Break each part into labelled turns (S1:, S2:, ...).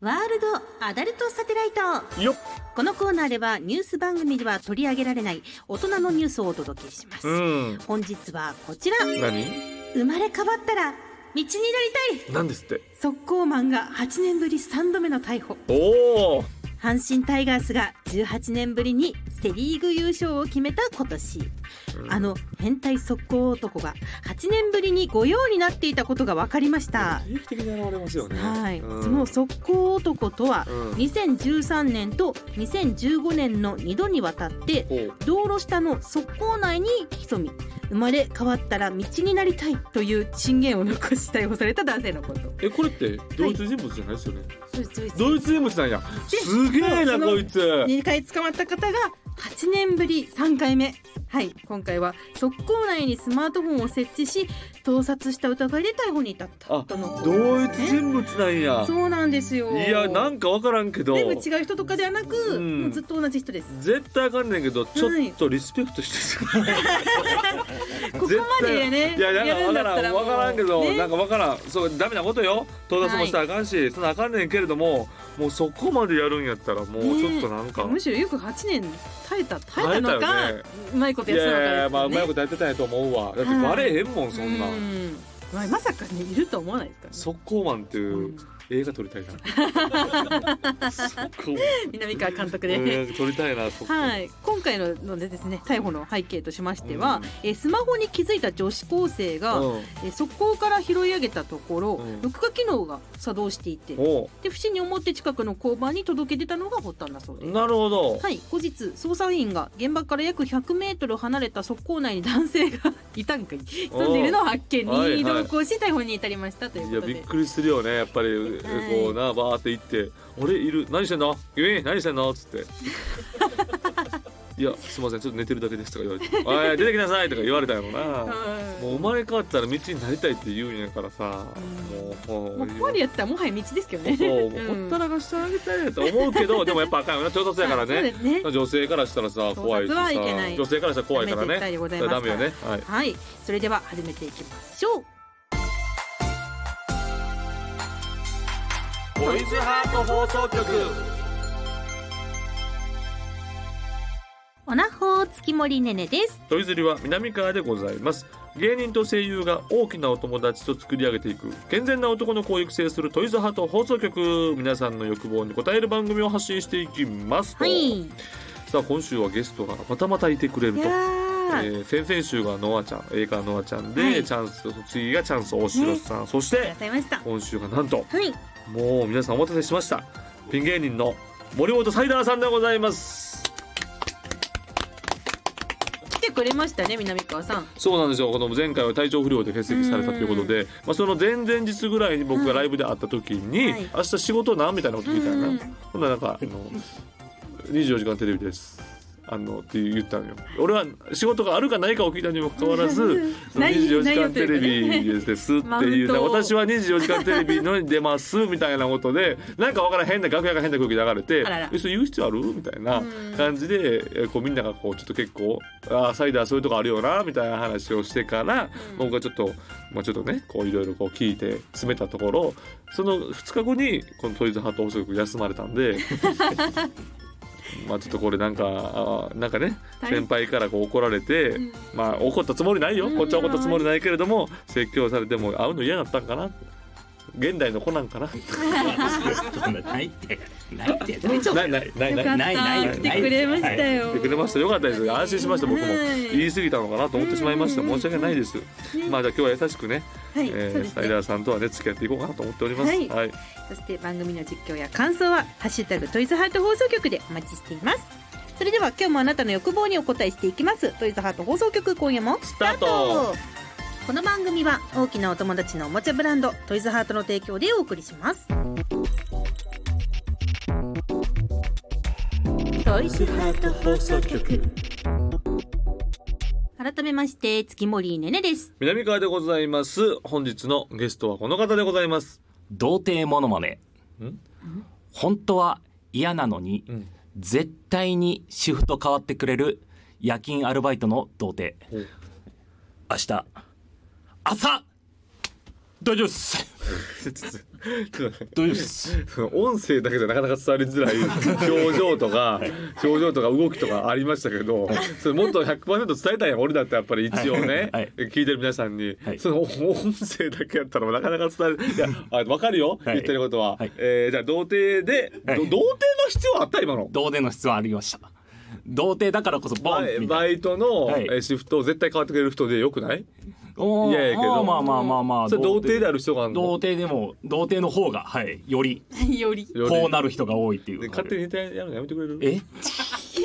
S1: ワールドアダルトサテライト
S2: よっ
S1: このコーナーではニュース番組では取り上げられない大人のニュースをお届けします、
S2: うん
S1: 本日はこちら
S2: 何
S1: 生まれ変わったら道になりたい
S2: 何ですって
S1: 速攻マンが8年ぶり3度目の逮捕
S2: おお
S1: 阪神タイガースが18年ぶりにセ・リーグ優勝を決めた今年あの変態速攻男が8年ぶりに御用になっていたことが分かりました
S2: 定期的に現れますよね
S1: はい、
S2: うん
S1: その速攻男とは
S2: うん
S1: 2013年と2015年の2度にわたって
S2: ほう
S1: 道路下の側溝内に潜み生まれ変わったら道になりたいという信言を残し逮捕された男性のこと
S2: えこれって同一人物じゃないですよね、
S1: そうですそうです
S2: 同一人物なんや
S1: です
S2: げえな
S1: その
S2: こいつ
S1: 2回捕まった方が8年ぶり3回目はい今回は側溝内にスマートフォンを設置し盗撮した疑いで逮捕に至った
S2: あ
S1: とのこと
S2: 同
S1: で
S2: 一
S1: すね
S2: 人物なんや
S1: そうなんですよ
S2: いやなんかわからんけど
S1: 全部違う人とかではなく、
S2: うん
S1: もうずっと同じ人です
S2: 絶対あかんねんけどちょっとリスペクトしてる、
S1: ここまでね
S2: いやなんかわから
S1: も
S2: ん
S1: う
S2: わからんけど、
S1: ね
S2: なんかわからんそうダメなことよ盗撮もしたらあかんし、そんなあかんねんけれどももうそこまでやるんやったらもう
S1: ね
S2: ちょっとなんか、
S1: むしろよく8年耐えた耐えたの
S2: 耐
S1: か
S2: えたよね
S1: うまいこと
S2: い
S1: やったのか
S2: やいや
S1: です
S2: まあ
S1: よ
S2: う
S1: ね
S2: まいことやってたんやと思うわだってバレへんもんそんな、
S1: うんまあまさかねいるとは思わないですからね
S2: 速攻マンっていう、
S1: うん
S2: 映画撮りたいな速攻マン
S1: 南川監督で、
S2: うん撮りたいな速攻マン
S1: はい、今回ののでですね逮捕の背景としましては、えースマホに気づいた女子高生が、
S2: うん
S1: えー速攻から拾い上げたところ、
S2: うん
S1: 録画機能が作動していて
S2: お
S1: で不審に思って近くの交番に届け出たのが発端だそう
S2: う
S1: です。
S2: なるほど、
S1: はい、後日捜査員が現場から約100メートル離れた側溝内に男性がいたんかい潜んでいるのを発見
S2: おうはい
S1: に
S2: はい
S1: 同行し逮捕に至りましたとい
S2: いう
S1: こ
S2: や
S1: と
S2: び
S1: で。
S2: っくりするよねやっぱり、こうなバーって行って「俺いる何してんのえ何してんの?」っ つって「いやすいませんちょっと寝てるだけです」とか言われて「おい出てきなさい」とか言われたんやろな。もう生まれ変わったら道になりたいって言うんやからさ、もう
S1: うんもうここまでやったらもはや道ですけどね。
S2: そうもう
S1: うん
S2: ほったらかしてあげたいと思うけど、でもやっぱあかんよな調達やから
S1: そう
S2: ね
S1: ですね。
S2: 女性からしたらさ怖いし
S1: 盗撮
S2: さ
S1: はいけない
S2: 女性からしたら怖いから
S1: ダメ絶対
S2: ね
S1: でございます
S2: ダメよねはい
S1: はい、それでは始めていきましょう。
S2: ボイズハート放送局
S1: おなほ月森ねねです。
S2: トイズリは南川でございます芸人と声優が大きなお友達と作り上げていく健全な男の子を育成するトイズハート放送局皆さんの欲望に応える番組を発信していきますと、
S1: はい。い
S2: さあ今週はゲストがまたまたいてくれると
S1: や、
S2: え
S1: ー、
S2: ー先々週がノアちゃん映画ノアちゃんで、
S1: はい
S2: チャンス次がチャンス大城さん、そし
S1: く
S2: て
S1: ださいました。
S2: 今週がなんと
S1: はい。
S2: もう皆さんお待たせしましたピン芸人の森本サイダーさんでございます
S1: 来てくれましたね、南川さん。
S2: そうなんですよこの前回は体調不良で欠席されたということで、まあ、その前々日ぐらいに僕がライブで会った時に、
S1: うんはい
S2: 明日仕事なんみたいなこと聞いたよな、
S1: うん
S2: ほんならなんかあの「24時間テレビです」あのって言ったのよ俺は仕事があるかないかを聞いたにもかかわらず 「その
S1: 内容
S2: 24時間テレビです」って
S1: 内容と
S2: い
S1: いううかねマウントを
S2: 私は24時間テレビのに出ます」みたいなことでなんかわからん変な楽屋が変な空気流れて
S1: あらら
S2: 「えそれ言う必要ある?」みたいな
S1: うん
S2: 感じで、えーこうみんながこうちょっと結構「あーサイダーそういうとこあるよな」みたいな話をしてから、
S1: うん
S2: 僕がちょっと、まあ、ちょっとねこういろいろこう聞いて詰めたところその2日後にこのトイズハート放送局休まれた んで。まあちょっとこれなんかあーなんかね
S1: 大変
S2: 先輩からこう怒られて
S1: ん
S2: まあ怒ったつもりないよ
S1: うん
S2: こっちは怒ったつもりないけれども説教されても会うの嫌だったんかな現代の子なんかな
S3: そんなないってないって大丈夫
S2: ないないない
S1: よ
S2: ない
S1: かっ
S3: ない
S1: た。
S3: ないよ
S1: 来てくれましたよ。
S2: 言ってくれましたよかったです安心しました僕も
S1: はい
S2: 言い過ぎたのかなと思ってしまいました
S1: うん
S2: 申し訳ないです
S1: ね
S2: まあじゃあ今日は優しくね、
S1: はい、
S2: え
S1: そう
S2: ー
S1: です
S2: サイ
S1: ね。
S2: ダーさんとはね付き合っていこうかなと思っております
S1: はい
S2: はい
S1: そして番組の実況や感想はハッシュタグトイズハート放送局でお待ちしています。それでは今日もあなたの欲望にお答えしていきます。トイズハート放送局今夜も
S2: スタート
S1: この番組は大きなお友達のおもちゃブランドトイズハートの提供でお送りしますトイズハート放送局改めまして月森ねねです
S2: 南川でございます本日のゲストはこの方でございます
S3: 童貞モノマネ
S2: ん
S3: 本当は嫌なのに、
S2: うん
S3: 絶対にシフト変わってくれる夜勤アルバイトの童貞
S2: お
S3: 明日朝大丈夫っす
S2: ちょっと
S3: 大丈夫っす
S2: その音声だけじゃなかなか伝わりづらい表情とか表情とか動きとかありましたけどそれもっと100%伝えたいやん俺だってやっぱり一応ね、
S3: はい
S2: 聞いてる皆さんに、
S3: はい
S2: その音声だけやったらなかなか伝えるいやあ分かるよ、
S3: はい
S2: 言ってることは、
S3: はい
S2: えーじゃあ童貞で、
S3: はい
S2: ど童貞の必要あった今の
S3: 童貞の質問ありました童貞だからこそボン
S2: バ
S3: みた
S2: イ
S3: いな
S2: バイトの、
S3: はい
S2: えーシフトを絶対変わってくれる人でよくない
S3: おー
S2: いやいやけど
S3: まあまあまあまあ
S2: それ童貞である人がある
S3: 童
S2: の
S3: 貞でも童貞の方がはいより
S1: より
S2: より
S3: こうなる人が多いっていう
S2: で勝手にネタやるのやめてくれる
S3: え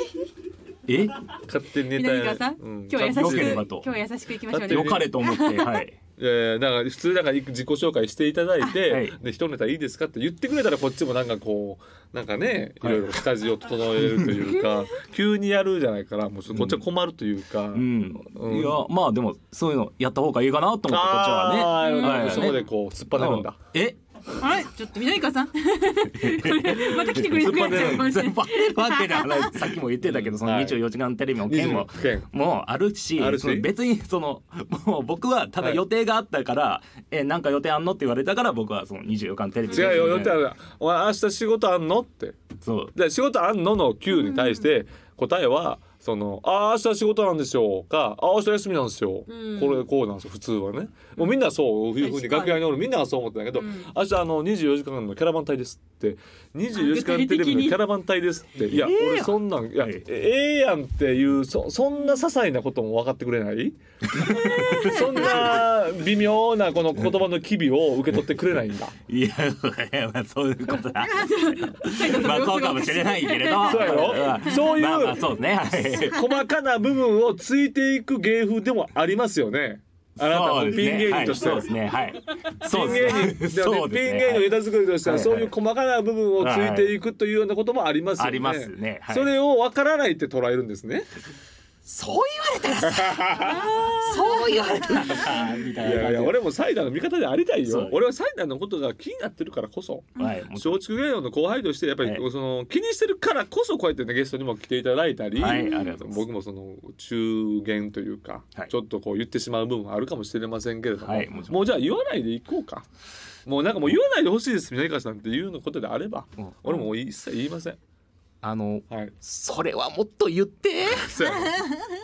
S3: え
S2: 勝手にネタ
S4: 南
S2: や
S4: 川
S2: る
S4: さん、
S2: う
S4: 今
S2: ん
S4: 日は優し
S3: よけれ
S4: く
S3: ばと
S4: 今日は優しくいきましょう
S2: だ
S4: ね
S3: 良かれと思って はい
S2: いやいやだから普通だから自己紹介していただいて、
S3: はい
S2: で一ネタいいですかって言ってくれたらこっちもなんかこうなんかねい
S3: はい
S2: ろいろスタジオ整えるという か急にやるじゃないからもうちょっとこっちは困るというか、
S3: うん、
S2: うん
S3: いやまあでもそういうのやった方がいいかなと思ってこっちはね
S2: あー
S4: うん
S2: なるほど
S3: はい
S2: そこでこう突っ張ねるんだ。
S3: え
S4: あれちょっと南川 さんこれまた来てくれなくなっちゃうかもしれない
S3: バレるわけではないさっきも言ってたけどその
S2: はい
S3: 24時間テレビも
S2: 二
S3: 件も
S2: 十件
S3: もうあるし
S2: あるし
S3: その別にそのもう僕はただ
S2: はい
S3: 予定があったから、えなんか予定あんのって言われたから僕はその24時間テレビ
S2: 違うよ、よってあるお前明日仕事あんのって。
S3: そう
S2: で仕事あんのの Q に対して答えは、その「ああ明日仕事なんでしょう」か「ああ明日休みなんですよ」
S4: うん
S2: これこうなんですよ普通はねもうみんなそういうふう
S4: 確
S2: に
S4: かに
S2: 楽屋におるみんながそう思ってたけど、
S4: うん
S2: 明日あの24時間のキャラバン隊です」って「24時間テレビの
S4: 具体的に
S2: キャラバン隊です」って「いや、俺そんなんいや、
S3: はい
S2: ええやん」っていうそそんな些細なことも分かってくれない、 そんな微妙なこの言葉の機微を受け取ってくれないんだ。
S3: いやいやまあそういうこ とだ
S4: ん
S3: まあそうかもしれないけれど
S2: そうやろ
S3: ん
S2: そういう
S3: まあまあそうねはい
S2: 細かな部分をついていく芸風でもありますよね。あなたも
S3: そ
S2: ピ
S3: う
S2: ン
S3: ですね
S2: 芸人として
S3: は、
S2: はい
S3: そうですねはい
S2: ピ
S3: そ
S2: ン芸人でもね
S3: うですねそ
S2: ピン
S3: うですね
S2: 芸人の枝作りとしては
S3: はい
S2: そういう細かな部分をついていくというようなこともありますよね。
S3: ありますねはい
S2: それをわからないって捉えるんですね。
S3: そう言われたらさそう言われたらさみ
S2: い
S3: たいな
S2: やいや、俺もサイダーの味方でありたい
S3: そう
S2: よ。俺はサイダーのことが気になってるからこそ。
S3: はいもう
S2: 松竹芸能の後輩としてやっぱり
S3: はい
S2: その気にしてるからこそこうやってねゲストにも来ていただいたり、
S3: はいありがとうございます
S2: 僕もその中元というか、
S3: はい
S2: ちょっとこう言ってしまう部分はあるかもしれませんけれども、
S3: はいもちろん
S2: もうじゃあ言わないでいこうかもうなんかもう言わないでほしいです南川さんっていうのことであれば、
S3: うん
S2: 俺も一切言いません、
S3: あの
S2: はい
S3: それはもっと言って
S2: そうや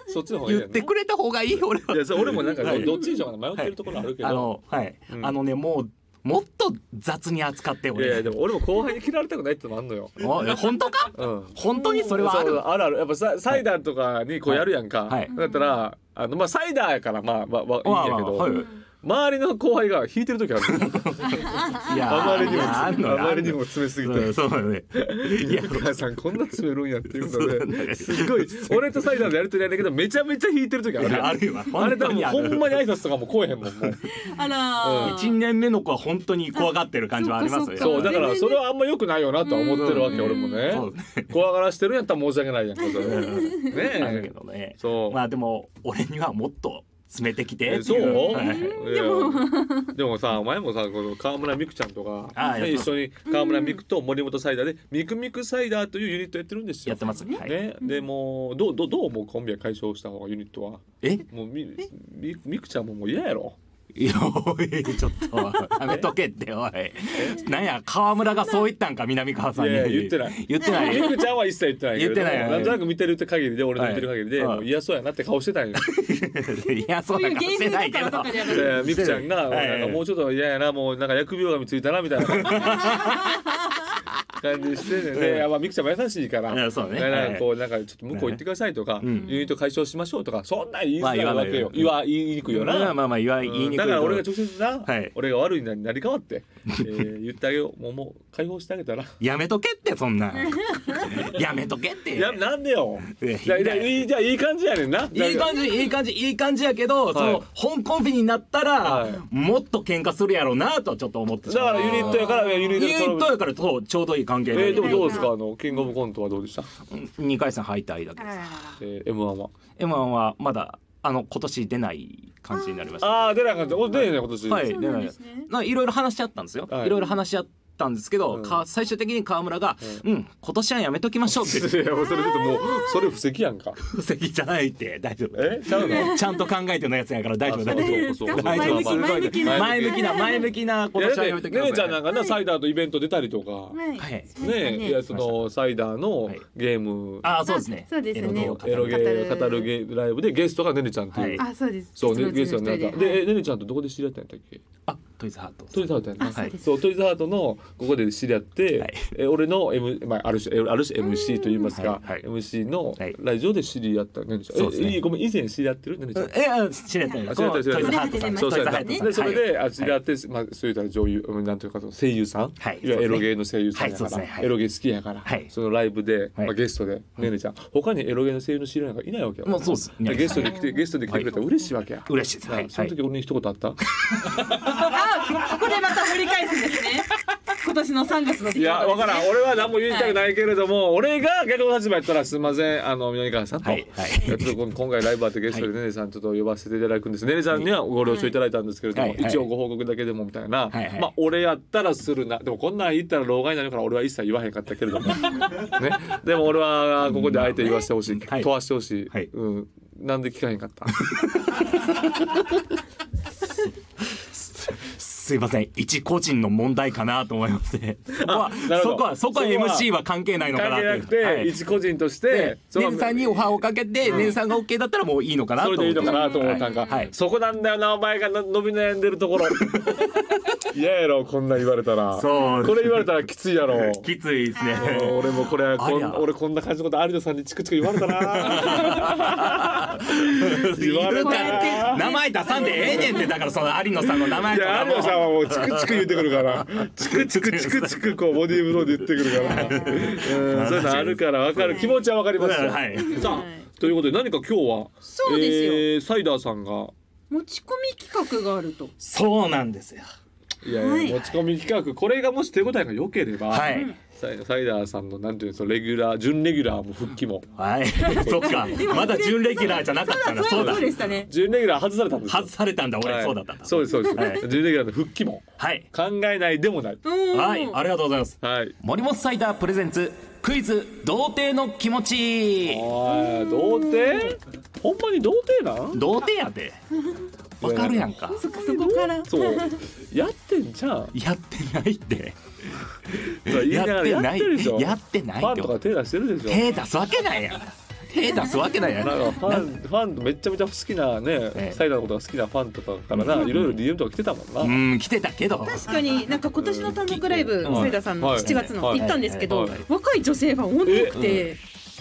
S2: そっちの方がいい
S3: 言っ
S2: やね
S3: てくれた方がいい俺はい
S2: やそれ俺もなんかど,、
S3: はい
S2: どっちにしようかな迷ってるところあるけど、
S3: あのはい、
S2: うん
S3: あのねもうもっと雑に扱って
S2: い
S3: 俺
S2: やいやでも俺も後輩に嫌われたくないってのもあんのよ、
S3: おえ本当か
S2: うん、
S3: 本当にそれはあ
S2: そう
S3: る
S2: あるあるやっぱササイダーとかにこうやるやんか、
S3: はいはい
S2: だったらあのまあサイダーやからまあまあ、まあ、いいんやけど、
S3: まあまあま
S2: 周りの後輩が引いてる時ある
S3: いや
S2: あまりにも
S3: いや あんのよ
S2: あまりにも詰めすぎ
S3: う
S2: て
S3: ん。そうだね いや
S2: お母さんこんな詰めるんやっていうこ
S3: そ
S2: と
S3: うなんだよ
S2: で、すごい俺とサイダーでやるとりやだけどめちゃめちゃ引いてる時あるやん
S3: あるよ
S2: あれ多分ほんま
S3: に
S2: に挨拶とかも来えへんもんもう
S4: あらー
S3: 1年目の子は本当に怖がってる感じはありますよ
S2: そうだ
S3: ね
S2: からそれはあんま良くないよなとは思ってるわけ
S4: うん
S2: 俺もね
S3: そうですね
S2: 怖がらしてるんやったら申し訳ないやんことでね
S3: あるけ
S2: え
S3: どね
S2: そう
S3: まあでも俺にはもっと詰めてきて
S2: えそう、
S3: はい
S2: いやでもさお前もさこの川村みくちゃんと
S3: あ
S2: か、
S3: あや
S2: ね、
S3: ってま
S2: 一
S3: す
S2: 緒に川村みくと森本サイダーでみくみくサイダーというユニットやってるんですよ
S3: やってますねはい
S2: ね、でもうどうどうどうもうコンビは解消した方がユニットは
S3: え
S2: もうみみみくちゃんももう嫌やろ
S3: いやおいちょっとやめとけっておいなんや川村がそう言ったんか南川さんに
S2: いやいや言ってない
S3: 言ってな
S2: み
S3: い
S2: くちゃんは一切言ってないけれど
S3: 言ってないよね
S2: んとなく見てるって限りで俺の見てる限りで、
S3: はい
S2: もう嫌そうやなって顔してたんよ
S3: いや
S4: そ
S3: そ
S4: ううい
S3: だ
S4: う
S3: かも
S4: 芸
S3: しれ
S4: 風
S3: ない
S4: と
S3: け
S4: か
S3: ど
S4: とかじゃなくて
S2: でみくちゃんが、
S3: はい
S2: なんかもうちょっと嫌やなもうなんか疫病神ついたなみたい な感じしてねで、まあ、みくちゃんも優しいから
S3: いやそうね
S2: なんかこうなんかちょっと向こう行ってくださいとか、
S3: うん
S2: ユニット解消しましょうとかそんなん言い
S3: まあ
S2: づらいわけよ、
S3: 言
S2: 言
S3: わ
S2: わ言いにくいよな、
S3: まあまあまあ言わ言いにくいけど
S2: だから俺が直接な、
S3: はい
S2: 俺が悪いなになりかわって、えー言ってあげようもうもう解放してあげたら。
S3: やめとけってそん なんやめとけって
S2: いやなんでよ
S3: いや
S2: じゃあじゃあいいじゃあいい感じやねんない
S3: い感じいい感じいい感じやけど、その本コンビになったら、
S2: はい
S3: もっと喧嘩するやろうなとちょっと思って
S2: だからユニットやからユニ
S3: ユ
S2: ット
S3: ニ
S2: や
S3: ットやからそうちょうどいい関係
S2: え
S3: で、
S2: ー、でもどうですかあのキングオブコントはどうでした、
S3: 2回戦敗退だけ
S4: あら
S3: です
S4: らら
S2: えー、M1 は
S3: M1 はまだあの今年出ない感じになりました
S2: ああ出なかったお出へんね今年、
S3: はい
S4: そう
S3: 出
S4: な
S3: なんい
S4: ですね
S3: なんかいろいろ話し合ったんですよ、
S2: はい
S3: い、ろいろ話し合っったんですけど、
S2: うん
S3: か最終的に川村が「
S2: う
S3: うん、今年はやめときましょう」っ て
S2: いやもうそれちょっともうそれ布石やんか
S3: 「不石じゃないって大丈夫」
S2: えちゃうの
S3: ちゃんと考えてのやつやから大丈夫
S2: あ
S3: 大丈
S2: そうそうそう
S4: 大
S3: 夫
S4: 丈夫
S3: すごい
S4: 前向きな
S3: 前向きな前向きない今
S2: やだっ
S3: 年はやめと
S2: て
S3: きま
S2: ね
S3: し
S2: えち
S3: ょ
S2: ゃ
S3: うん
S2: なんかなサイダーとイベント出たりとか
S4: はい
S3: はい
S2: ねえいやそのサイダーのゲーム
S3: あそうですね
S4: あそうですね
S3: エロゲを語る
S2: エロゲーを語るゲーライブでゲストがねねちゃんっていう
S3: はい
S4: あそうです
S2: そう
S4: の
S2: ね
S4: うちの一人
S2: ゲストになった
S4: はい
S2: でえねねちゃんとどこで知り合ったんやったっけ
S3: あトイズハート
S2: トリザハートやんな
S4: あそうです
S2: そうトリザハートのここで知り合って、
S3: はい
S2: え俺の、M まあ、ある種えある種 MC といいますか、
S3: はいはい
S2: MC の
S3: はい
S2: ラジオで知り合ったねねちゃん
S3: そうですね
S2: えいいごめん以前知り合ってるねねちゃん
S3: えあ知り合った
S2: あ知り合った知り合った
S3: トイズハートさん
S2: そう
S3: ト
S2: そう
S3: イズ
S2: や
S3: ハ
S2: な
S3: ートさん
S2: でそれで、
S3: はい
S2: あ知り合って、まあ、そういったら女優うんなんというかその声優さん、
S3: はい
S2: いわゆるエロゲーの声優さんや
S3: は
S2: か
S3: いそう
S2: ら、
S3: ですねはい
S2: エロゲー好きやから、
S3: はい
S2: そのライブで、ま
S3: は
S2: あ、
S3: い
S2: ゲストでねねちゃん他にエロゲーの声優の知り合いなんかいないわけや
S3: もうそうです
S2: でゲストで来てゲストで来てくれたら嬉しいわけや、
S3: 嬉しいですはい
S2: なその時俺に一言あった、
S4: あここでまた振り返すんですね今年の3月の
S2: いや、わからん。俺は何も言いたくないけれども、俺が逆の立場やったら、すみません、あの、南川さんと。
S3: はい はい
S2: いやちょっと今今回ライブあってゲストでねねさんちょっと呼ばせていただくんですねねさんにはご了承いただいたんですけれども、
S3: はいはい
S2: 一応ご報告だけでもみたいな、
S3: はいはい
S2: まあ俺やったらするなでもこんなん言ったら老害になるから俺は一切言わへんかったけれど も、ね、でも俺はここであえて言わせてほしい、
S3: はい
S2: 問わしてほしい、
S3: はい
S2: うん、なんで聞かへんかった
S3: すいません一個人の問題かなと思いますねそこは
S2: なるほど
S3: そこはそこは
S2: そこは
S3: MC は関係 ないのかな
S2: 関
S3: と
S2: 係
S3: い
S2: な
S3: う
S2: くて、
S3: はい
S2: 一個人とし
S3: で
S2: てそ
S3: ネ
S2: の
S3: ズさんにオファーをかけてネズさんが OK だったらもういいのかなと
S2: そ
S3: 思
S2: れ
S3: って
S2: でいいのかなと思ったんか、
S3: はい
S2: そこなんだよなお前がな伸び悩んでると ころ嫌やろこんなん言われたら
S3: そう
S2: これ言われたらきついや ろ
S3: きついです
S2: あー
S3: ね
S2: 俺もこれこん
S3: ありゃ
S2: 俺こんな感じのこと有田さんにチクチク言われた な言われたな
S3: 名前出さんでええねんってだからその有野さんの名前
S2: い
S3: と
S2: や
S3: か
S2: 有
S3: も
S2: 田さんはもうチクチク言ってくるからチクチクチクチクこうボディーブローで言ってくる からうんそういうのあるから分かる気持ちは分かりますよ、
S3: はい
S2: さ
S4: は
S2: あということで何か今日は
S4: そうですよ
S2: ーサイダーさんが
S4: 持ち込み企画があると
S3: そうなんですよ
S2: いやいや、
S4: はい
S2: 持ち込み企画これがもし手応えが良ければ、
S3: はい
S2: サイサイダーさんのなんていうのそのレギュラー準レギュラーも復帰 も
S3: はいそっかまだ準レギュラーじゃなかったなそうだ
S4: そうでしたね
S2: 準レギュラー外されたんですよ
S3: 外されたんだ
S2: は
S3: 俺
S2: い
S3: そうだった
S2: そうですそうです、
S3: はい
S2: 準レギュラーの復帰も
S3: はい
S2: 考えないでもない
S4: うん
S3: はいありがとうございます
S2: はい
S3: 森本サイダープレゼンツクイズ童貞の気持ち
S2: あー童貞ほんまに童貞なん
S3: 童貞 やでわかるやんか
S4: そっかそこから
S2: そうやってんじゃん
S3: やってないって
S2: そう言い
S3: や
S2: な
S3: っ
S2: がら
S3: て
S2: や
S3: な
S2: っ
S3: い
S2: てるでしょ
S3: やってない
S2: ファ
S3: っ
S2: ン
S3: て
S2: とか手出してるでしょ
S3: 手出すわけないやん手出すわけないや ん
S2: なんかファンファンとめちゃめちゃ好きなね
S3: え
S2: サイダーのことが好きなファンとかからないろいろ DM とか来てたもんな、
S3: うん来てたけど
S4: 確かになんか今年の単独ライブ
S3: うん
S4: セイダさんの
S2: はい
S4: 7月の
S2: はい
S4: 行ったんですけど
S2: はいはい
S4: 若い女性ファン多くて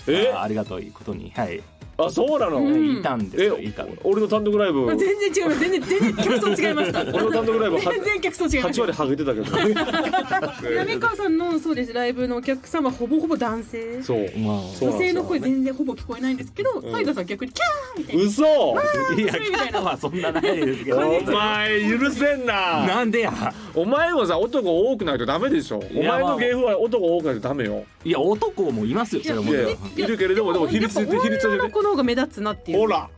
S2: え
S3: あありがとういうことにはい
S2: あそうなの、
S4: うん
S3: いたんです
S2: え
S3: よいたんで
S2: 俺の単独ライブ
S4: まあ
S2: 俺
S4: 全然違う全然全然客層違いま した
S2: の単独ライブは
S4: 全然客層違いました
S2: 8割ハゲてたけど
S4: 浪川さんのそうですライブのお客さんはほぼほぼ男性
S2: そう
S3: まあ
S2: そう
S4: 女性の声全然ほぼ聞こえないんですけど
S2: ん
S4: サイダさん逆にキャーみたいな
S2: 嘘
S3: いや
S4: そうみたい
S3: 来
S4: な
S3: たはそんなないですけど
S2: お前許せんな
S3: なんでや
S2: お前もさ男多くないとダメでしょお
S3: や
S2: 前の芸風は男多くないとダメよ
S3: いや男もいますよそれも
S2: いやいや
S3: い
S2: いるけれどもでも比率で比率
S4: 女
S2: で
S4: の
S2: ね
S4: 子の方が目立つなっていう
S2: ほら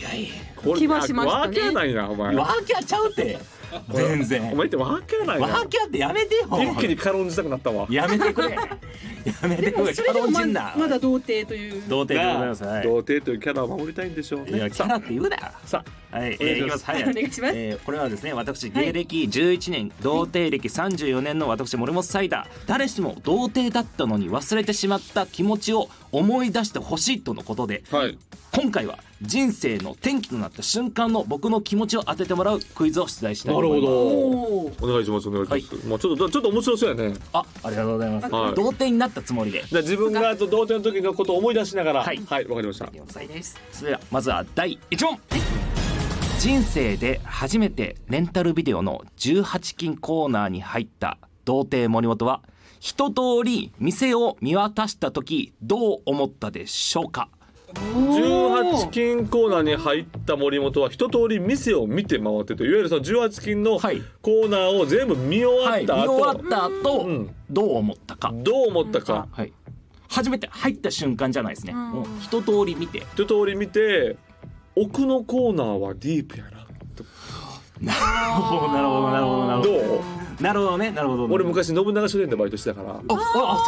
S3: やい
S2: こ
S4: 気はしましたね
S2: わけないなお前
S3: やワーキャーちゃうって全
S2: お
S3: 然
S2: 前ってわけない
S3: ワ
S2: な
S3: ーキャーってやめてよ
S2: 一気に軽んじたくなったわ
S3: やめてくれやめて
S4: で
S3: く
S4: も
S3: れ
S4: それでも
S3: 軽
S4: ま
S3: んじんな
S4: まだ童貞という
S3: 童貞でございます
S2: が
S3: はい
S2: 童貞というキャラを守りたいんでしょう
S3: いや
S2: ね
S3: キャラって言うなよ
S2: さ
S3: はい、
S2: お
S3: え
S2: 願い
S3: ー、
S2: しま
S3: いきますす。はい、
S4: お願いします
S3: えーこれはですね、私
S4: はい
S3: 芸歴11年、童貞歴34年の私森本サイダー。誰しも童貞だったのに忘れてしまった気持ちを思い出してほしいとのことで、
S2: あはい
S3: 今回は人生の転機となった瞬間の僕の気持ちを当ててもらうクイズを出題したいと思います。
S2: なるほど
S4: おー
S2: お願いしますお願いします、まあちょっとちょっと面白そうやね
S3: あ、ありがとうございます。
S2: はい
S3: 童貞になったつもりで。
S2: じゃあ自分が童貞の時のことを思い出しながらは
S3: はいい
S2: わ、かりました
S3: いきますそれではまずは第1問人生で初めてレンタルビデオの18金コーナーに入った童貞森本は一通り店を見渡した時どう思ったでしょうか
S2: 18金コーナーに入った森本は一通り店を見て回ってていわゆるその18金のコ
S3: はい
S2: ーナーを全部見終わ
S3: はい
S2: っ
S3: 見
S2: た後、
S3: 終わった後
S2: うん
S3: どう思ったか
S2: どう思ったか
S3: はい初めて入った瞬間じゃないですね
S4: うん
S3: もう一通り見 て
S2: 一通り見て奥のコーナーはディープやな
S3: なるほどなるほどなるほどなる
S2: ど
S3: ほど
S2: う
S3: なるほどねなるほど
S2: 俺昔信長書店でバイトしてたから
S3: あああ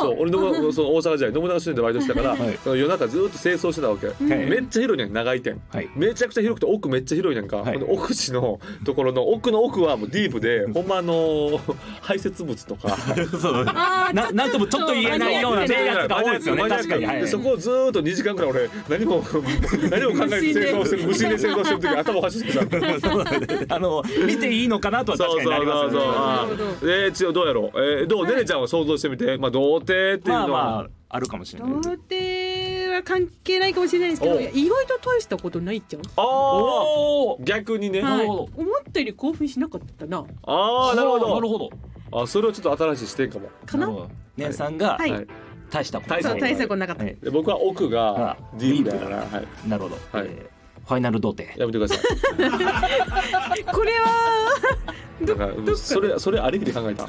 S3: そうなんです
S2: そ
S3: ね
S2: う俺のその大阪時代信長書店でバイトしてたから、
S3: はい
S2: その夜中ずっと清掃してたわけ、
S3: い
S2: めっちゃ広いねん長い店、
S3: はい
S2: めちゃくちゃ広くて奥めっちゃ広いねんか、
S3: はい
S2: この奥地のところの奥の奥はもうディープでほんまあの排泄物とか。
S3: そう
S4: あー
S3: ななんともちょっと言えないような
S4: マニアック
S3: やつが多いですよね
S2: マニアック
S3: 確かに、はい
S2: でそこをずーっと2時間くらい俺何 も何も考えて戦争してる無心で戦争してる時頭おかしくてさ
S3: そうなんですあの見ていいのかなとは確かになりますよ
S4: なるほ
S2: そう
S3: ね
S2: えーちょどうやろうえーどうねねちゃんは想像してみてまあ童貞っていう
S3: まあ
S2: の
S3: ま
S2: は
S3: ああるかもしれない
S1: 童貞は関係ないかもしれないですけ
S2: お
S1: ど意外と大したことないじゃん
S2: あ
S3: お
S2: ー逆にね
S4: はい
S3: なるほど
S1: 思ったより興奮しなかったな
S2: ああなるほ
S3: なる
S2: ど
S3: ほど
S2: あそれをちょっと新しい視点かも
S1: かな
S3: 姉さんが
S1: はい
S2: はい
S3: 大したこと
S2: 大
S1: そう大したことな
S3: な
S1: かった
S3: い
S2: で僕は奥が
S3: あ
S2: ディープだからはい
S3: なるほどえ
S2: はい
S3: ーファイナル童貞
S2: やめてください
S1: これ は
S2: だからうんそれそれありきで考え た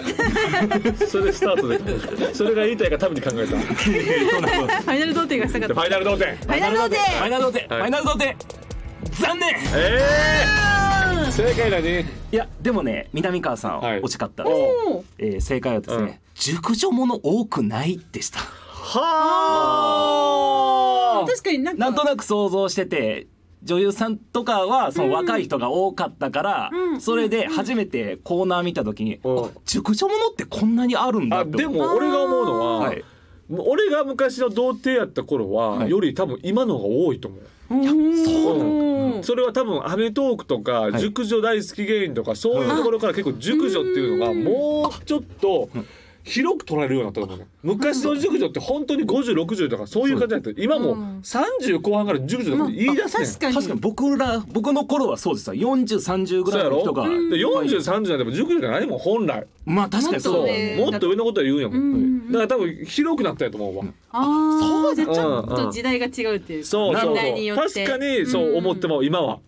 S2: それスタートで考えたそれが言いたいがために考えた
S1: ファイナル童貞がしたか
S2: で
S1: っ
S2: フ
S1: た
S2: ァイナル童貞
S1: ファイナル童
S3: ファイ
S1: 貞
S3: ナル童貞
S2: はい
S3: ファイナル童貞残念
S2: ええ正解だね
S3: いやでもね南川さん
S2: はい
S3: 惜しかったです
S2: お
S3: えー正解はです
S2: うん
S3: ね熟女もの多くないでした
S2: はあ
S4: 確かになんか
S3: なんとなく想像してて女優さんとかはその若い人が多かったから、
S4: うん
S3: それで初めてコーナー見た時に、
S2: うん
S3: あ熟女ものってこんなにあるんだ
S2: あ
S3: って
S2: でも俺が思うのは、
S3: はい
S2: 俺が昔の童貞やった頃は、
S3: はい
S2: より多分今の方が多いと思う
S4: そう
S2: それは多分『アメトーーク』とか、
S3: い
S2: 熟女大好き芸人とかそういうところから結構熟女っていうのがもうちょっと広く捉えるようになったと思うね昔の熟女って本当に5060とかそういう感じだった今もう30後半から熟女とか言い出すねん
S4: 確かに
S3: 確かに僕ら僕の頃はそうですよ4030ぐ
S2: そう
S3: ら
S2: や
S3: いの
S2: ろ
S3: 人が
S2: で4030なんてもう熟女じゃないもん本来
S3: まあ確かに
S4: も
S3: そ
S4: っ
S3: う
S4: と
S3: だ
S4: ね
S3: ね
S2: もっと上のことは言うんやもん
S4: ん
S2: だから多分広くなったやと思うわ
S4: あ
S3: そう
S4: じゃ
S3: だ
S4: あちょっ
S2: うんうん
S4: と時代が違うっていうか
S2: そうそう
S4: 年
S2: そ
S4: 代によ
S2: う
S4: って
S2: 確かにそう思っても今は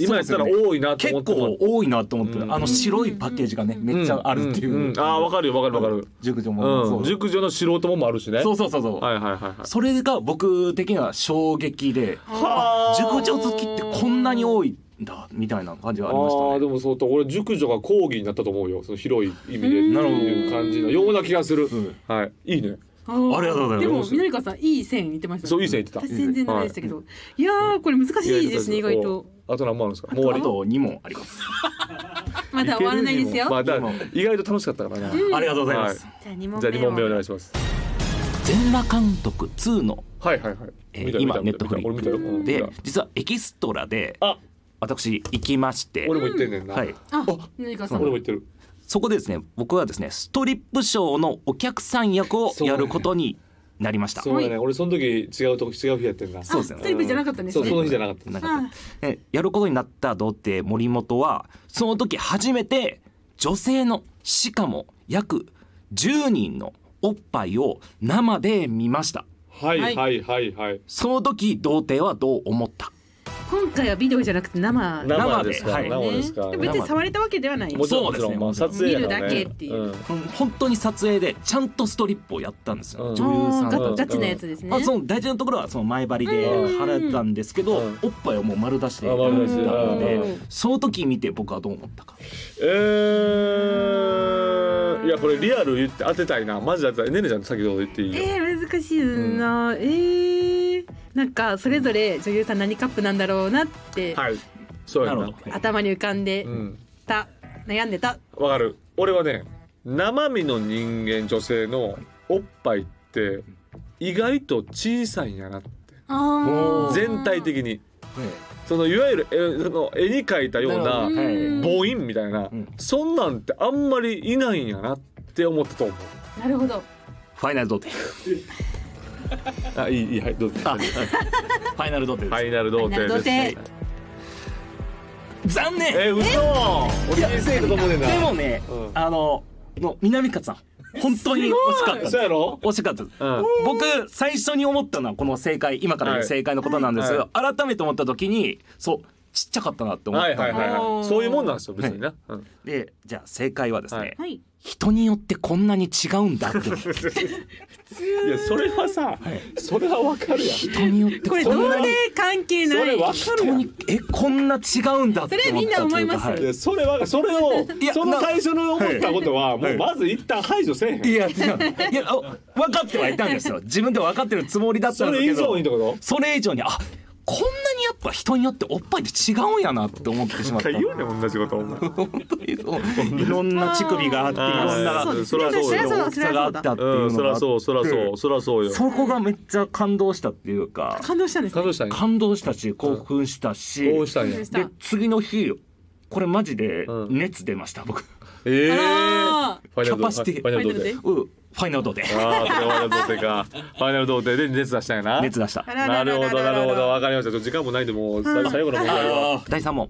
S2: 今やったら
S3: そうですよね
S2: 多いなと思
S3: 結
S2: っても
S3: 構多いなと思って、
S2: うん
S3: あの白いパッケージがね、めっちゃあるっていう、
S2: んんんああわかるよわかるわかる、
S3: 熟女もの、
S2: うん、
S3: そう
S2: 熟女の素人ももあるしね。
S3: そうそうそうそう、
S2: はいはいはいはい。
S3: それが僕的には衝撃で
S2: はあ
S3: 熟女好きってこんなに多いんだみたいな感じはありました
S2: ああ
S3: ね
S2: でもそうと俺熟女が講義になったと思うよその広い意味で
S4: ん
S2: なるほどいう感じのような気がする、
S3: ん
S2: はいいいね
S4: あー
S3: ありがとうございま
S4: でも
S3: す
S4: みのりかさんいい線いってましたね
S2: そういい線いってた
S4: 私全然ないでしたけどいやーこれ難しいですね意外と
S2: おあと何もあるんですかもう終わ
S3: あ
S2: り
S3: と2問あります、
S4: まだ終わらないですよ
S2: まあ、だ
S3: 今
S2: 意外と楽しかったからな、
S3: ありがとうございます、
S2: は
S4: じゃあ二問
S2: じゃあ
S4: 目
S2: 二問目お願
S4: はい
S2: します
S3: 全裸監督2の
S2: はいはいはい、
S3: えー
S2: 見た
S3: 今
S2: 見た見た
S3: Netflix
S2: 俺見たよ、うん見
S3: で
S2: た
S3: 実はエキストラで
S2: あ
S3: 私行きまして
S2: 俺も言ってんねんな、
S3: はい、
S4: あみのりかさ
S2: 俺
S4: ん
S2: も言ってる
S3: そこでですね僕はですねストリップショーのお客さん役をやることになりました
S2: そうだね俺その時違うとこ違う日やってんな
S3: そうですよ
S4: あス
S3: ね
S4: トリップじゃなかったんです
S2: そう
S4: ね
S2: その日じゃなかった
S3: なかったえやることになった童貞森本はその時初めて女性のしかも約10人のおっぱいを生で見ました
S2: はいはいはいはい
S3: その時童貞はどう思った
S1: 今回はビデオじゃなくて生
S3: で
S2: 生ですから
S3: はい
S2: 生ですから
S4: ねでも別に触れたわけではない
S2: もちろんも
S3: そう
S2: ち
S3: で
S2: ろ
S3: す
S2: ん
S3: ね
S2: まあ撮影やからね
S4: 見るだけっていう
S2: うん
S3: うん本当に撮影でちゃんとストリップをやったんですよ、
S2: うん
S3: 女優さん
S4: あー
S3: が
S4: ガガチなやつですね
S3: あその大事なところはその前張りで払ったんですけど、
S2: うん
S3: おっぱいをもう丸出しで
S2: あ丸出しで
S3: やったので、
S4: うん
S3: その時見て僕はどう思ったか
S2: えー、いやこれリアル言って当てたいなマジで当てたいねねちゃん先ほど言っていいよ、
S4: えー、難しいな、えー、なんかそれぞれ女優さん何カップなんだろうなって、
S2: はいそうや
S3: な
S2: な
S3: るほど
S4: 頭に浮かんで
S2: うん
S4: た、悩んでた
S2: わかる俺はね生身の人間女性のおっぱいって意外と小さいんやなって
S3: ー
S2: 全体的に
S3: はい
S2: そのいわゆる絵その絵に描いたような
S3: なるほどはい
S4: うん
S2: 母音みたいな、
S3: うん
S2: そんなんってあんまりいないんやなって思ったと思う
S4: なるほど
S3: ファイナル童貞
S2: あいいいいはいどうぞ
S3: あ はいファイナル童貞
S2: フ
S3: で
S2: ァイナル童貞です
S4: ファイナル童
S3: す残念
S2: え嘘俺人生とともでな
S3: でもね、
S2: うん
S3: あの、の南勝さん、本当に惜しかったです
S2: そうやろ
S3: 惜しかったです。
S2: うん
S3: 僕、最初に思ったのは、この正解、今から言う正解のことなんですが、改めて思った時に、そう、ちっちゃかったなって思っ
S2: は
S3: た
S2: い
S3: んで、
S2: はいはい
S4: あ
S2: は
S4: ー
S2: いそういうもんなんですよ別にな、うん
S3: で、じゃあ正解はですね、
S2: はい
S4: はい
S3: 人によってこんなに違うんだって
S2: いやそれはさ、それはわかるやん。
S3: 人によって
S4: これ
S3: こん
S4: 童
S3: な
S4: 貞
S3: に
S4: 関係
S2: そ
S4: な
S2: れ
S4: い
S2: わかる
S3: 人
S2: やん。
S3: にえこんな違うんだって
S4: それ
S3: 思
S4: みん
S3: っ
S4: な
S3: たと
S4: 思
S3: い
S4: いう
S3: か
S4: ますよ
S3: はい
S2: いやそれは それを
S3: いや
S2: その最初の思ったことはも
S3: はいう
S2: まず一旦排除せえへん。
S3: いや違ういやあ分かってはいたんですよ自分で分かってるつもりだったん
S2: そ
S3: です
S2: れ
S3: け
S2: 以
S3: ど
S2: 上にってこと？
S3: それ以上にあこんなにやっぱ人によっておっぱいって違うんやなって思ってしまった
S2: 言うね同じことお前。
S3: 本当にそういろんな乳首があってい
S2: あー
S3: ろんな
S2: そうですそりゃそうよ
S1: そりゃそう
S3: 大
S1: だ
S3: き
S1: そりゃ
S3: さが
S1: そ
S3: あっ
S1: う
S3: て
S1: だ
S3: ってい
S2: うん
S3: う
S2: そ
S3: の
S2: ら
S3: が
S2: そうそらそうそらそうよ。
S3: そこがめっちゃ感動したっていうか
S4: 感動したんです
S2: 感動したんや。
S3: 感動したし興奮したし
S2: どうしたんや。
S3: で次の日これマジで
S2: うん
S3: 熱出ました僕
S2: ええ。
S4: あ
S2: ファイナル
S3: キャパシティ
S2: ファイナル童貞。
S3: うんファイナルドで
S2: ああ、それはファイナル童貞か。ファイナル童貞で熱出したんやな。
S3: 熱出した
S1: あら
S2: なるほどなるほど
S1: あ
S2: わかりました。ちょっと時間もないんでもうさい最後の問題は。
S3: 第3問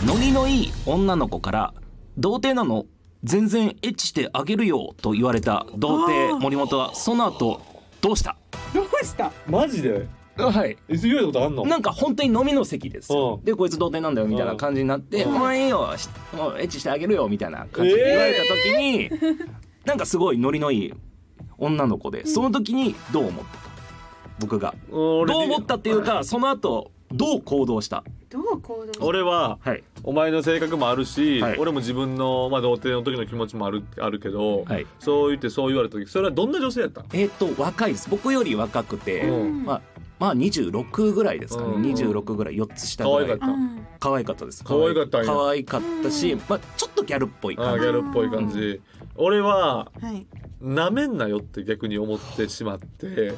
S3: えノリのいい女の子から「童貞なの全然エッチしてあげるよ」と言われた童貞森本はその後どうした
S4: どうした
S2: マジで。
S3: はい
S2: え言われたことあんの？
S3: なんか本当に飲みの席ですよ
S2: うん
S3: でこいつ童貞なんだよみたいな感じになって「もういいよしもうエッチしてあげるよ」みたいな感じで言われた時に、なんかすごいノリのいい女の子でその時にどう思ったか僕が。ど
S2: 俺
S3: う思ったっていうかその後どう行動した
S1: どう行動
S2: 俺は
S3: はい
S2: お前の性格もあるし、
S3: はい
S2: 俺も自分の、まあ、童貞の時の気持ちもあるあるけど、
S3: はい
S2: そう言ってそう言われた時それはどんな女性やったん
S3: えっ、と若いです僕より若くて、
S2: うん
S3: まあまあ26ぐらいですかね、
S2: うん
S3: 26ぐらい4つ下
S2: 可
S3: ぐ
S2: 愛
S3: ら
S2: かっ
S3: い
S1: う
S2: た、
S1: ん
S3: 可愛かったです
S2: 可愛かったんや
S3: 可愛かったし、まあ、ちょっとギャルっぽい
S2: あ
S3: 感
S2: ー
S3: じ
S2: ギャルっぽい感じ俺は
S1: はい
S2: なめんなよって逆に思ってしまって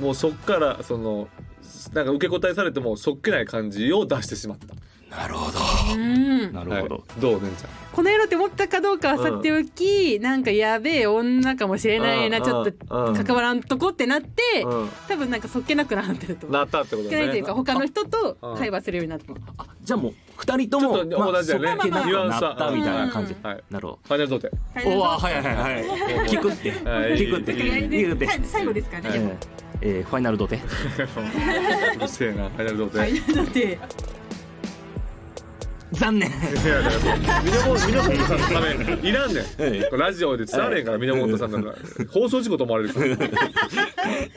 S2: もうそっからそのなんか受け答えされてもそっけない感じを出してしまった
S3: なるほど
S4: うん
S3: なるほど、
S2: はい、どうねんちゃん
S4: この野郎って思ったかどうかはさておき、なんかやべえ女かもしれないな、
S2: うん
S4: ちょっと
S2: うん
S4: 関わらんとこってなって、
S2: うん
S4: 多分なんかそっけなくなってると思う。
S2: なったってこと
S4: そっけないと
S2: ね
S4: いうか他の人と会話するようになったの。
S3: あじゃあもう2人とも
S2: ちょっと同じだよね
S3: まあそっけなく
S2: ニュアンス
S3: な
S2: は
S3: ったみたいな感じ、
S4: うん
S2: はい
S3: なるほ
S2: ファイナル童 貞
S3: どおわはいはいはいはい聞くって
S2: はい
S3: 聞くって
S2: いいいい
S3: 聞くって、
S1: さ最後ですか
S2: は
S1: ね
S2: い
S3: えーえーファイナル童貞
S2: うるせえなファイナル童貞、い
S1: だって
S3: 残念
S2: やだからミネモミネモンさんのためいらんねん
S3: ええ
S2: ラジオで伝われへんから、ミネモンタさんなんか放送事故と思われるから。
S3: い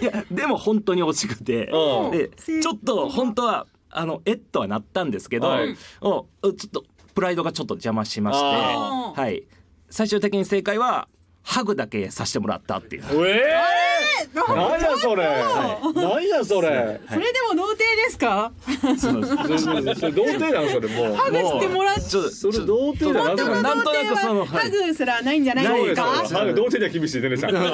S3: やでも本当に惜しくて、
S2: うん
S3: でちょっと本当はあのえっとはなったんですけど、
S2: はい
S3: おうちょっとプライドがちょっと邪魔しまして、
S2: あ
S3: はい、最終的に正解はハグだけさせてもらったっていう。
S2: うえー、なんやそれ、なんやそれ
S4: それでも童貞ですか？
S3: その
S2: それそれそれ童貞なのそれもう
S4: グしてもらっ
S3: ちょ
S2: それ童貞だなぜ
S3: でも
S2: か
S3: なんとなくその、は
S4: ハ
S3: い、
S4: グすらないんじゃない
S2: そう
S4: で
S2: ですすよ
S4: か
S3: な？い
S2: なんか童貞には厳しいねねちゃんなぜ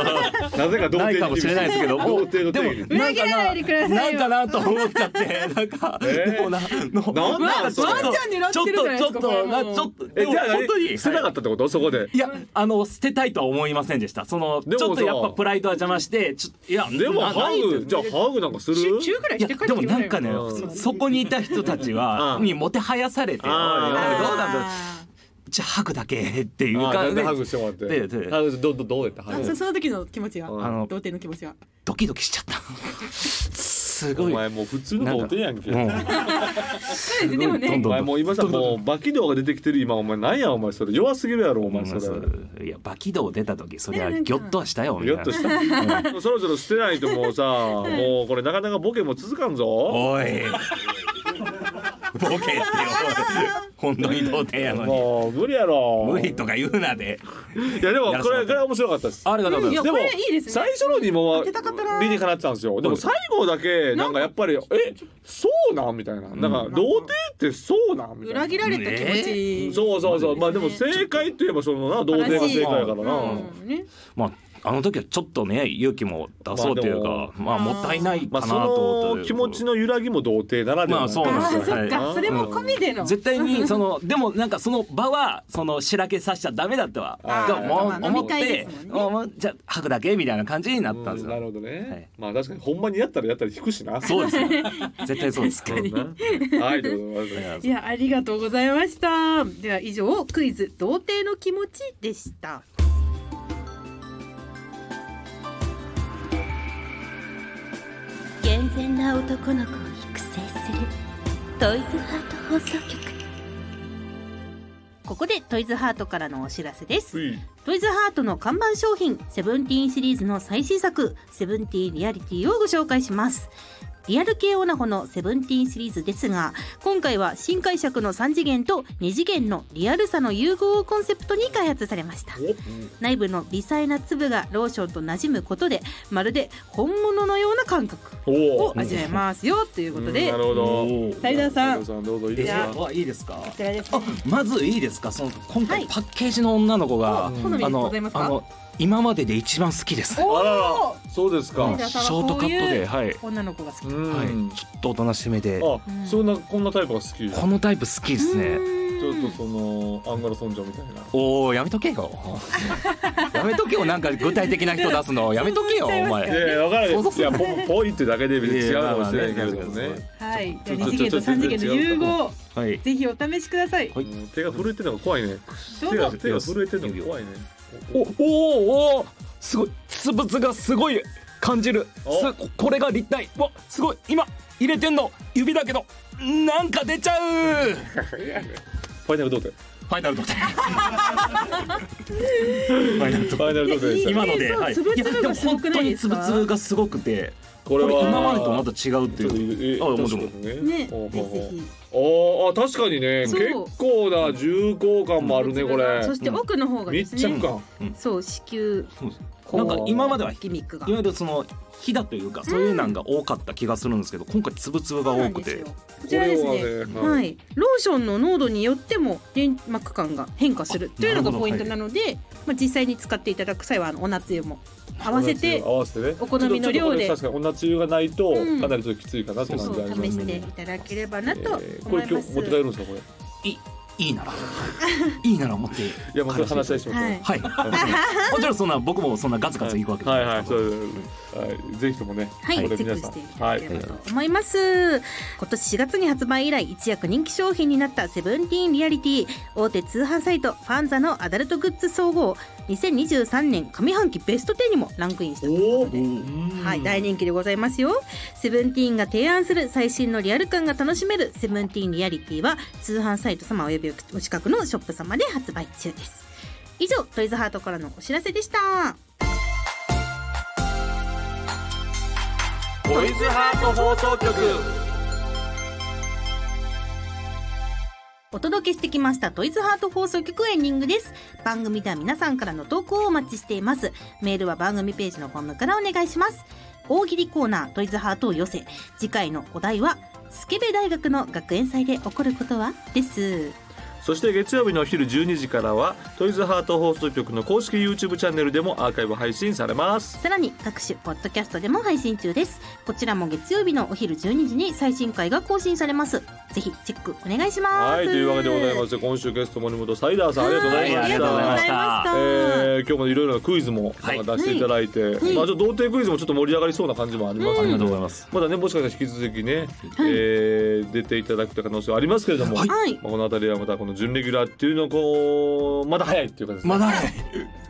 S2: か童貞に厳しい
S3: ないかもしれないですけど
S2: 童貞の定義
S3: で
S2: に
S3: もなんか
S4: 裏切らな
S3: ない
S4: でくださいよ
S3: なんかなと思っち ゃってなんか、
S2: えー
S3: もうなの
S2: なんなん
S3: かちょっ
S2: そ
S3: と
S2: れ
S3: ちょっとちょっとなちょっと
S2: え
S3: でも
S2: じゃあ
S3: 本当に
S2: 何捨てなかったってこと、そこで
S3: いやあの捨てたいとは思いませんでしたそのち
S2: でもさ
S3: ょっとやっぱプライドは邪魔してちょいや
S2: でも
S3: な
S2: ハ
S3: ない
S2: グじゃあハグなんかする
S4: 中ぐらい
S3: い
S4: し
S3: や
S4: て
S3: で
S4: 帰って
S3: も
S4: き
S3: な
S4: ま
S3: んかね
S2: うん
S3: そこにいた人たちは
S2: うん
S3: にもてはやされておいおい
S2: あー
S3: どうなんだじゃあハグだけっていう
S2: あ
S3: か
S2: 全然ハ
S3: ね
S2: グしてもらって
S3: でで
S2: ハグどどどうやったハ
S1: あ
S2: グ
S1: そその時の気持ちは
S2: うん
S3: あの
S1: 童貞の気持ちは
S3: ドキドキしちゃったす
S2: お
S3: ごい
S2: 前もう普通の童貞やんけ
S3: もう
S4: すでも
S3: どん
S4: ね
S2: お
S3: ど
S2: 前もう今さもうバキドウが出てきてる今お前なんやお前それ弱すぎるやろお前それ
S3: そういやバキドウ出た時そりゃ
S1: ねなんか
S3: ギョッとはしたよみ
S2: ギ
S3: た
S2: ョ
S3: い
S2: ッ
S3: な
S2: としたそろそろ捨てないともうさもうこれなかなかボケも続かんぞ
S3: おいボケ ってよ本当に童貞やのに
S2: もう無理やろ
S3: 無理とか言うなで
S2: いやでもこ
S3: やらせてもらっ
S2: れ
S3: て
S2: これ面白かったです
S3: ありがとうござい
S4: い
S3: ま
S4: や
S3: す
S2: で
S4: こ
S2: も
S4: れいいですね
S2: 最。初の疑問は
S1: けたかったな
S2: 理にかなってたんですよでも最後だけなんかやっぱりえそうなんみたいななんか童貞ってそうなんみたいな
S1: 裏切られた気持ち、
S2: そうそうそうまあでも正解といえばそのな童貞が正解やからな
S4: うんね
S3: まああの時はちょっとね勇気も出そうというかまあもったいない
S2: ま
S3: か
S2: あ
S3: な
S2: そ
S3: と思っ
S2: の
S3: て
S2: 気持ちの揺らぎも童貞ならでは
S3: まあそうなんですよ
S4: あーそっ
S3: は
S4: か、
S3: い
S4: それも込みでの。
S3: 絶対にそので もなんかその場はそのしらけさせちゃダメだっては
S2: あー
S3: もう
S2: まあ
S3: 思っ
S1: 飲み会
S3: て
S1: ですもんね
S3: もうもうじゃあ吐くだけみたいな感じになったんです
S2: うんなる
S3: よ
S2: ほどね、
S3: はい
S2: まあ確かにほんまにやったらやったら引くしな
S3: そうですよ絶対そうです
S2: そうだな はいということでございます
S4: い
S1: いやありがとうございましたでは以上クイズ童貞の気持ちでした
S5: 健全な男の子を育成するトイズハート放送局
S1: ここでトイズハートからのお知らせです
S2: うい
S1: トイズハートの看板商品セブンティーンシリーズの最新作セブンティーンリアリティをご紹介しますリアル系オナホのセブンティーンシリーズですが今回は新解釈の3次元と2次元のリアルさの融合をコンセプトに開発されました内部の微細な粒がローションと馴染むことでまるで本物のような感覚
S2: お
S1: を
S2: お
S1: 味わえますよということ
S2: うん
S1: で
S2: なるほど
S1: タイダーさん
S2: タイダどうぞいい
S3: デ
S2: です
S3: ザー
S2: か
S3: トはいいですか
S1: こちらです
S3: あまずいいですかその今
S1: は
S3: 回
S1: い
S3: パッケージの女の子が、
S4: 好みで
S3: あの
S4: ございます
S3: あ
S4: か
S3: の今までで一番好きです、
S2: あららそうです
S3: う
S2: か
S3: んショートカットではい、
S1: 女の子が好き
S2: うん
S3: はい、ちょっとおとなしめで
S2: あそんなこんなタイプが好き
S3: このタイプ好きですね
S2: ちょっとそのアンガラ村長みたいな
S3: おおやめとけ よやめとけよなんか具体的な人出すのやめとけよお
S2: い
S3: 前
S2: やいやわからない
S3: 想像
S2: い
S3: する
S2: やぽぽいってだけで別に違うかもしれないけれども
S3: いやまあ
S2: ね
S4: はい、
S2: ちょっと
S4: 二次元と三次元の融合、
S3: はい
S4: ぜひお試しください。
S3: ょっと
S2: うん手が震えてるのが怖いね
S4: どう
S2: 手が
S4: ぞ。
S2: 手が震えてるのが怖いね
S3: おおーおーすごいつぶつがすごい感じる
S2: お
S3: すここれが立体わすごい今入れてんの指だけどなんか出ちゃうフ
S2: ファイナルどうで
S3: ァイナルどうだ
S2: ファイ
S3: ファイナルどうだ
S2: ナルどうででし
S4: いや
S2: た
S3: 今ので、
S4: そう
S3: はい、
S4: つぶつぶが
S3: いやでも
S4: すご
S3: 本
S4: くな
S3: 当
S4: い
S3: に
S4: です
S3: つ
S4: か
S3: ぶつぶがすごくて
S2: こ
S3: こ
S2: れ
S3: れ
S2: は
S3: 今までとまた違うっていう
S2: ちょっとえ
S3: あもちろん
S2: 確かにね
S4: ね、
S2: ほう
S4: ぜ
S2: ほ
S4: ひ
S2: うほ
S4: ぜ
S2: う
S4: ひ。
S2: あーあ確かにね結
S4: そう
S2: 構な重厚感もあるねこれ
S4: そして奥の方がで
S2: 密
S4: す
S2: 着
S4: ね。
S2: 感
S4: そう、子宮
S3: そうです
S2: う
S3: なんか今までは
S4: ギミックが
S3: い。わゆるそのひだというかそういうなんが多かった気がするんですけど今回つぶつぶが多く
S4: そ
S3: て
S4: うなんですよこ
S2: こ
S4: ちらですね。
S2: れはね
S4: はい、ローションの濃度によっても粘膜感が変化するというのがポイントなのでまあ、実際に使っていただく際はあのお夏湯も合わせて
S2: 合わせてね
S4: お好みの量で
S2: ちょっとこれ確かに同じ湯がないと
S4: うん
S2: かなりちょっときついかなって
S4: そう
S2: 感じ
S4: そ
S2: があ
S4: う
S2: りま
S4: 試
S2: す
S4: し
S2: ね
S4: ていただければな
S2: え
S4: と
S2: ーこ
S4: 思い
S2: れ
S4: ま
S2: 今
S4: す。
S2: 日持って帰るんですかこれ
S3: いいならいいなら持ってい
S2: いやまあそれ話し合いします
S4: は
S2: ね
S4: い、
S3: はい、もちろんそんな僕もそんなガツガツいくわけじゃ
S2: は
S3: ない
S2: はい
S3: いです
S2: そ
S3: けど、
S2: うはいぜひともね
S1: はい、
S2: これ
S1: チェッ
S2: 皆
S1: ク
S2: さ
S1: してい
S2: ん
S1: た
S2: は
S1: だ
S2: い
S1: ければと思います、今年4月に発売以来一躍人気商品になったセブンティーンリアリティ大手通販サイトファンザのアダルトグッズ総合2023年上半期ベスト10にもランクインしたということではい、大人気でございますよセブンティーンが提案する最新のリアル感が楽しめるセブンティーンリアリティは通販サイト様およびお近くのショップ様で発売中です以上トイズハートからのお知らせでした
S2: トイズハート放送局
S1: お届けしてきましたトイズハート放送局エンディングです。番組では皆さんからの投稿をお待ちしています。メールは番組ページのフォームからお願いします。大喜利コーナートイズハートを寄せ、次回のお題は、スケベ大学の学園祭で起こることはです。
S2: そして月曜日のお昼12時からはトイズハート放送局の公式 YouTube チャンネルでもアーカイブ配信されます
S1: さらに各種ポッドキャストでも配信中です。こちらも月曜日のお昼12時に最新回が更新されます。ぜひチェックお願いします。
S2: はいというわけでございまして今週ゲスト森本サイダーさんありがとうございま
S1: は
S3: あ
S1: あ
S3: り
S1: り
S3: が
S1: が
S3: と
S1: と
S3: う
S1: うございま
S3: ございまし
S1: したた。
S2: えー、今日もいろいろなクイズも
S3: はい
S2: なんか出していただいて、
S1: い
S2: まあ、ちょっと童貞クイズもちょっと盛り上がりそうな感じもあります
S3: あ
S2: け
S3: りが
S2: ど、
S3: とうございます
S2: まだねもしかしたら引き続きね、えー出ていただく可能性はありますけれども、
S3: はい
S1: はい
S2: まあ、この辺りはまたこの準レギュラーっていうのをこうまだ早いっていうかですね
S3: まだ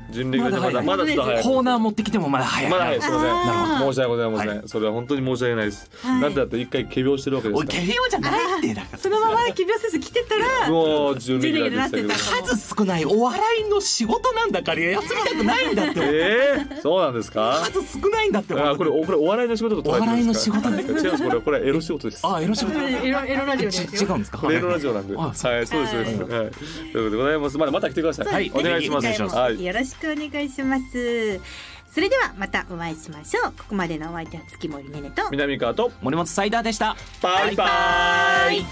S2: 準レギュラーでまだ
S3: ま
S2: ま
S4: だ
S2: だちょっと早い
S3: コーナー持ってきてもまだ早い
S2: まだ早いですいません
S1: あー
S2: 申し訳ございません、それは本当に申し訳ないです、
S1: はい
S2: なんでだって一回仮病してるわけで
S3: お
S2: す
S3: い
S2: か
S3: 手料じゃないってだから
S4: そのままキビオ先生来てた
S2: ら
S4: ら
S2: もう準レギュラーで
S4: 準レギュラーにな
S2: し
S4: ったて
S3: 数少ないお笑いの仕事なんだから休みたくないんだっ
S2: けど
S3: て
S2: えー、そうなんですか
S3: 数少ないんだって
S2: あこれおこれお笑いの仕事と捉えてるんですか
S3: お笑いの仕
S2: 違うんですこれこれエロ仕事です
S3: あエロ仕事
S4: エロエロラジオです
S3: ち違
S4: よ。
S3: うんですか
S2: これエロラジオなんでは
S3: あ
S2: いそうですそうですはいということでございますまだまた来てください
S3: はい
S2: お願いしま
S1: 次
S2: す
S1: 回も
S2: はい
S1: よろしくお願いします。それではまたお会いしましょう。ここまでのお相手は月森ねねと。
S2: 南川と
S3: 森本サイダーでした
S2: バイバイ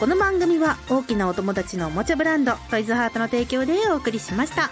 S1: この番組は大きなお友達のおもちゃブランドトイズハートの提供でお送りしました。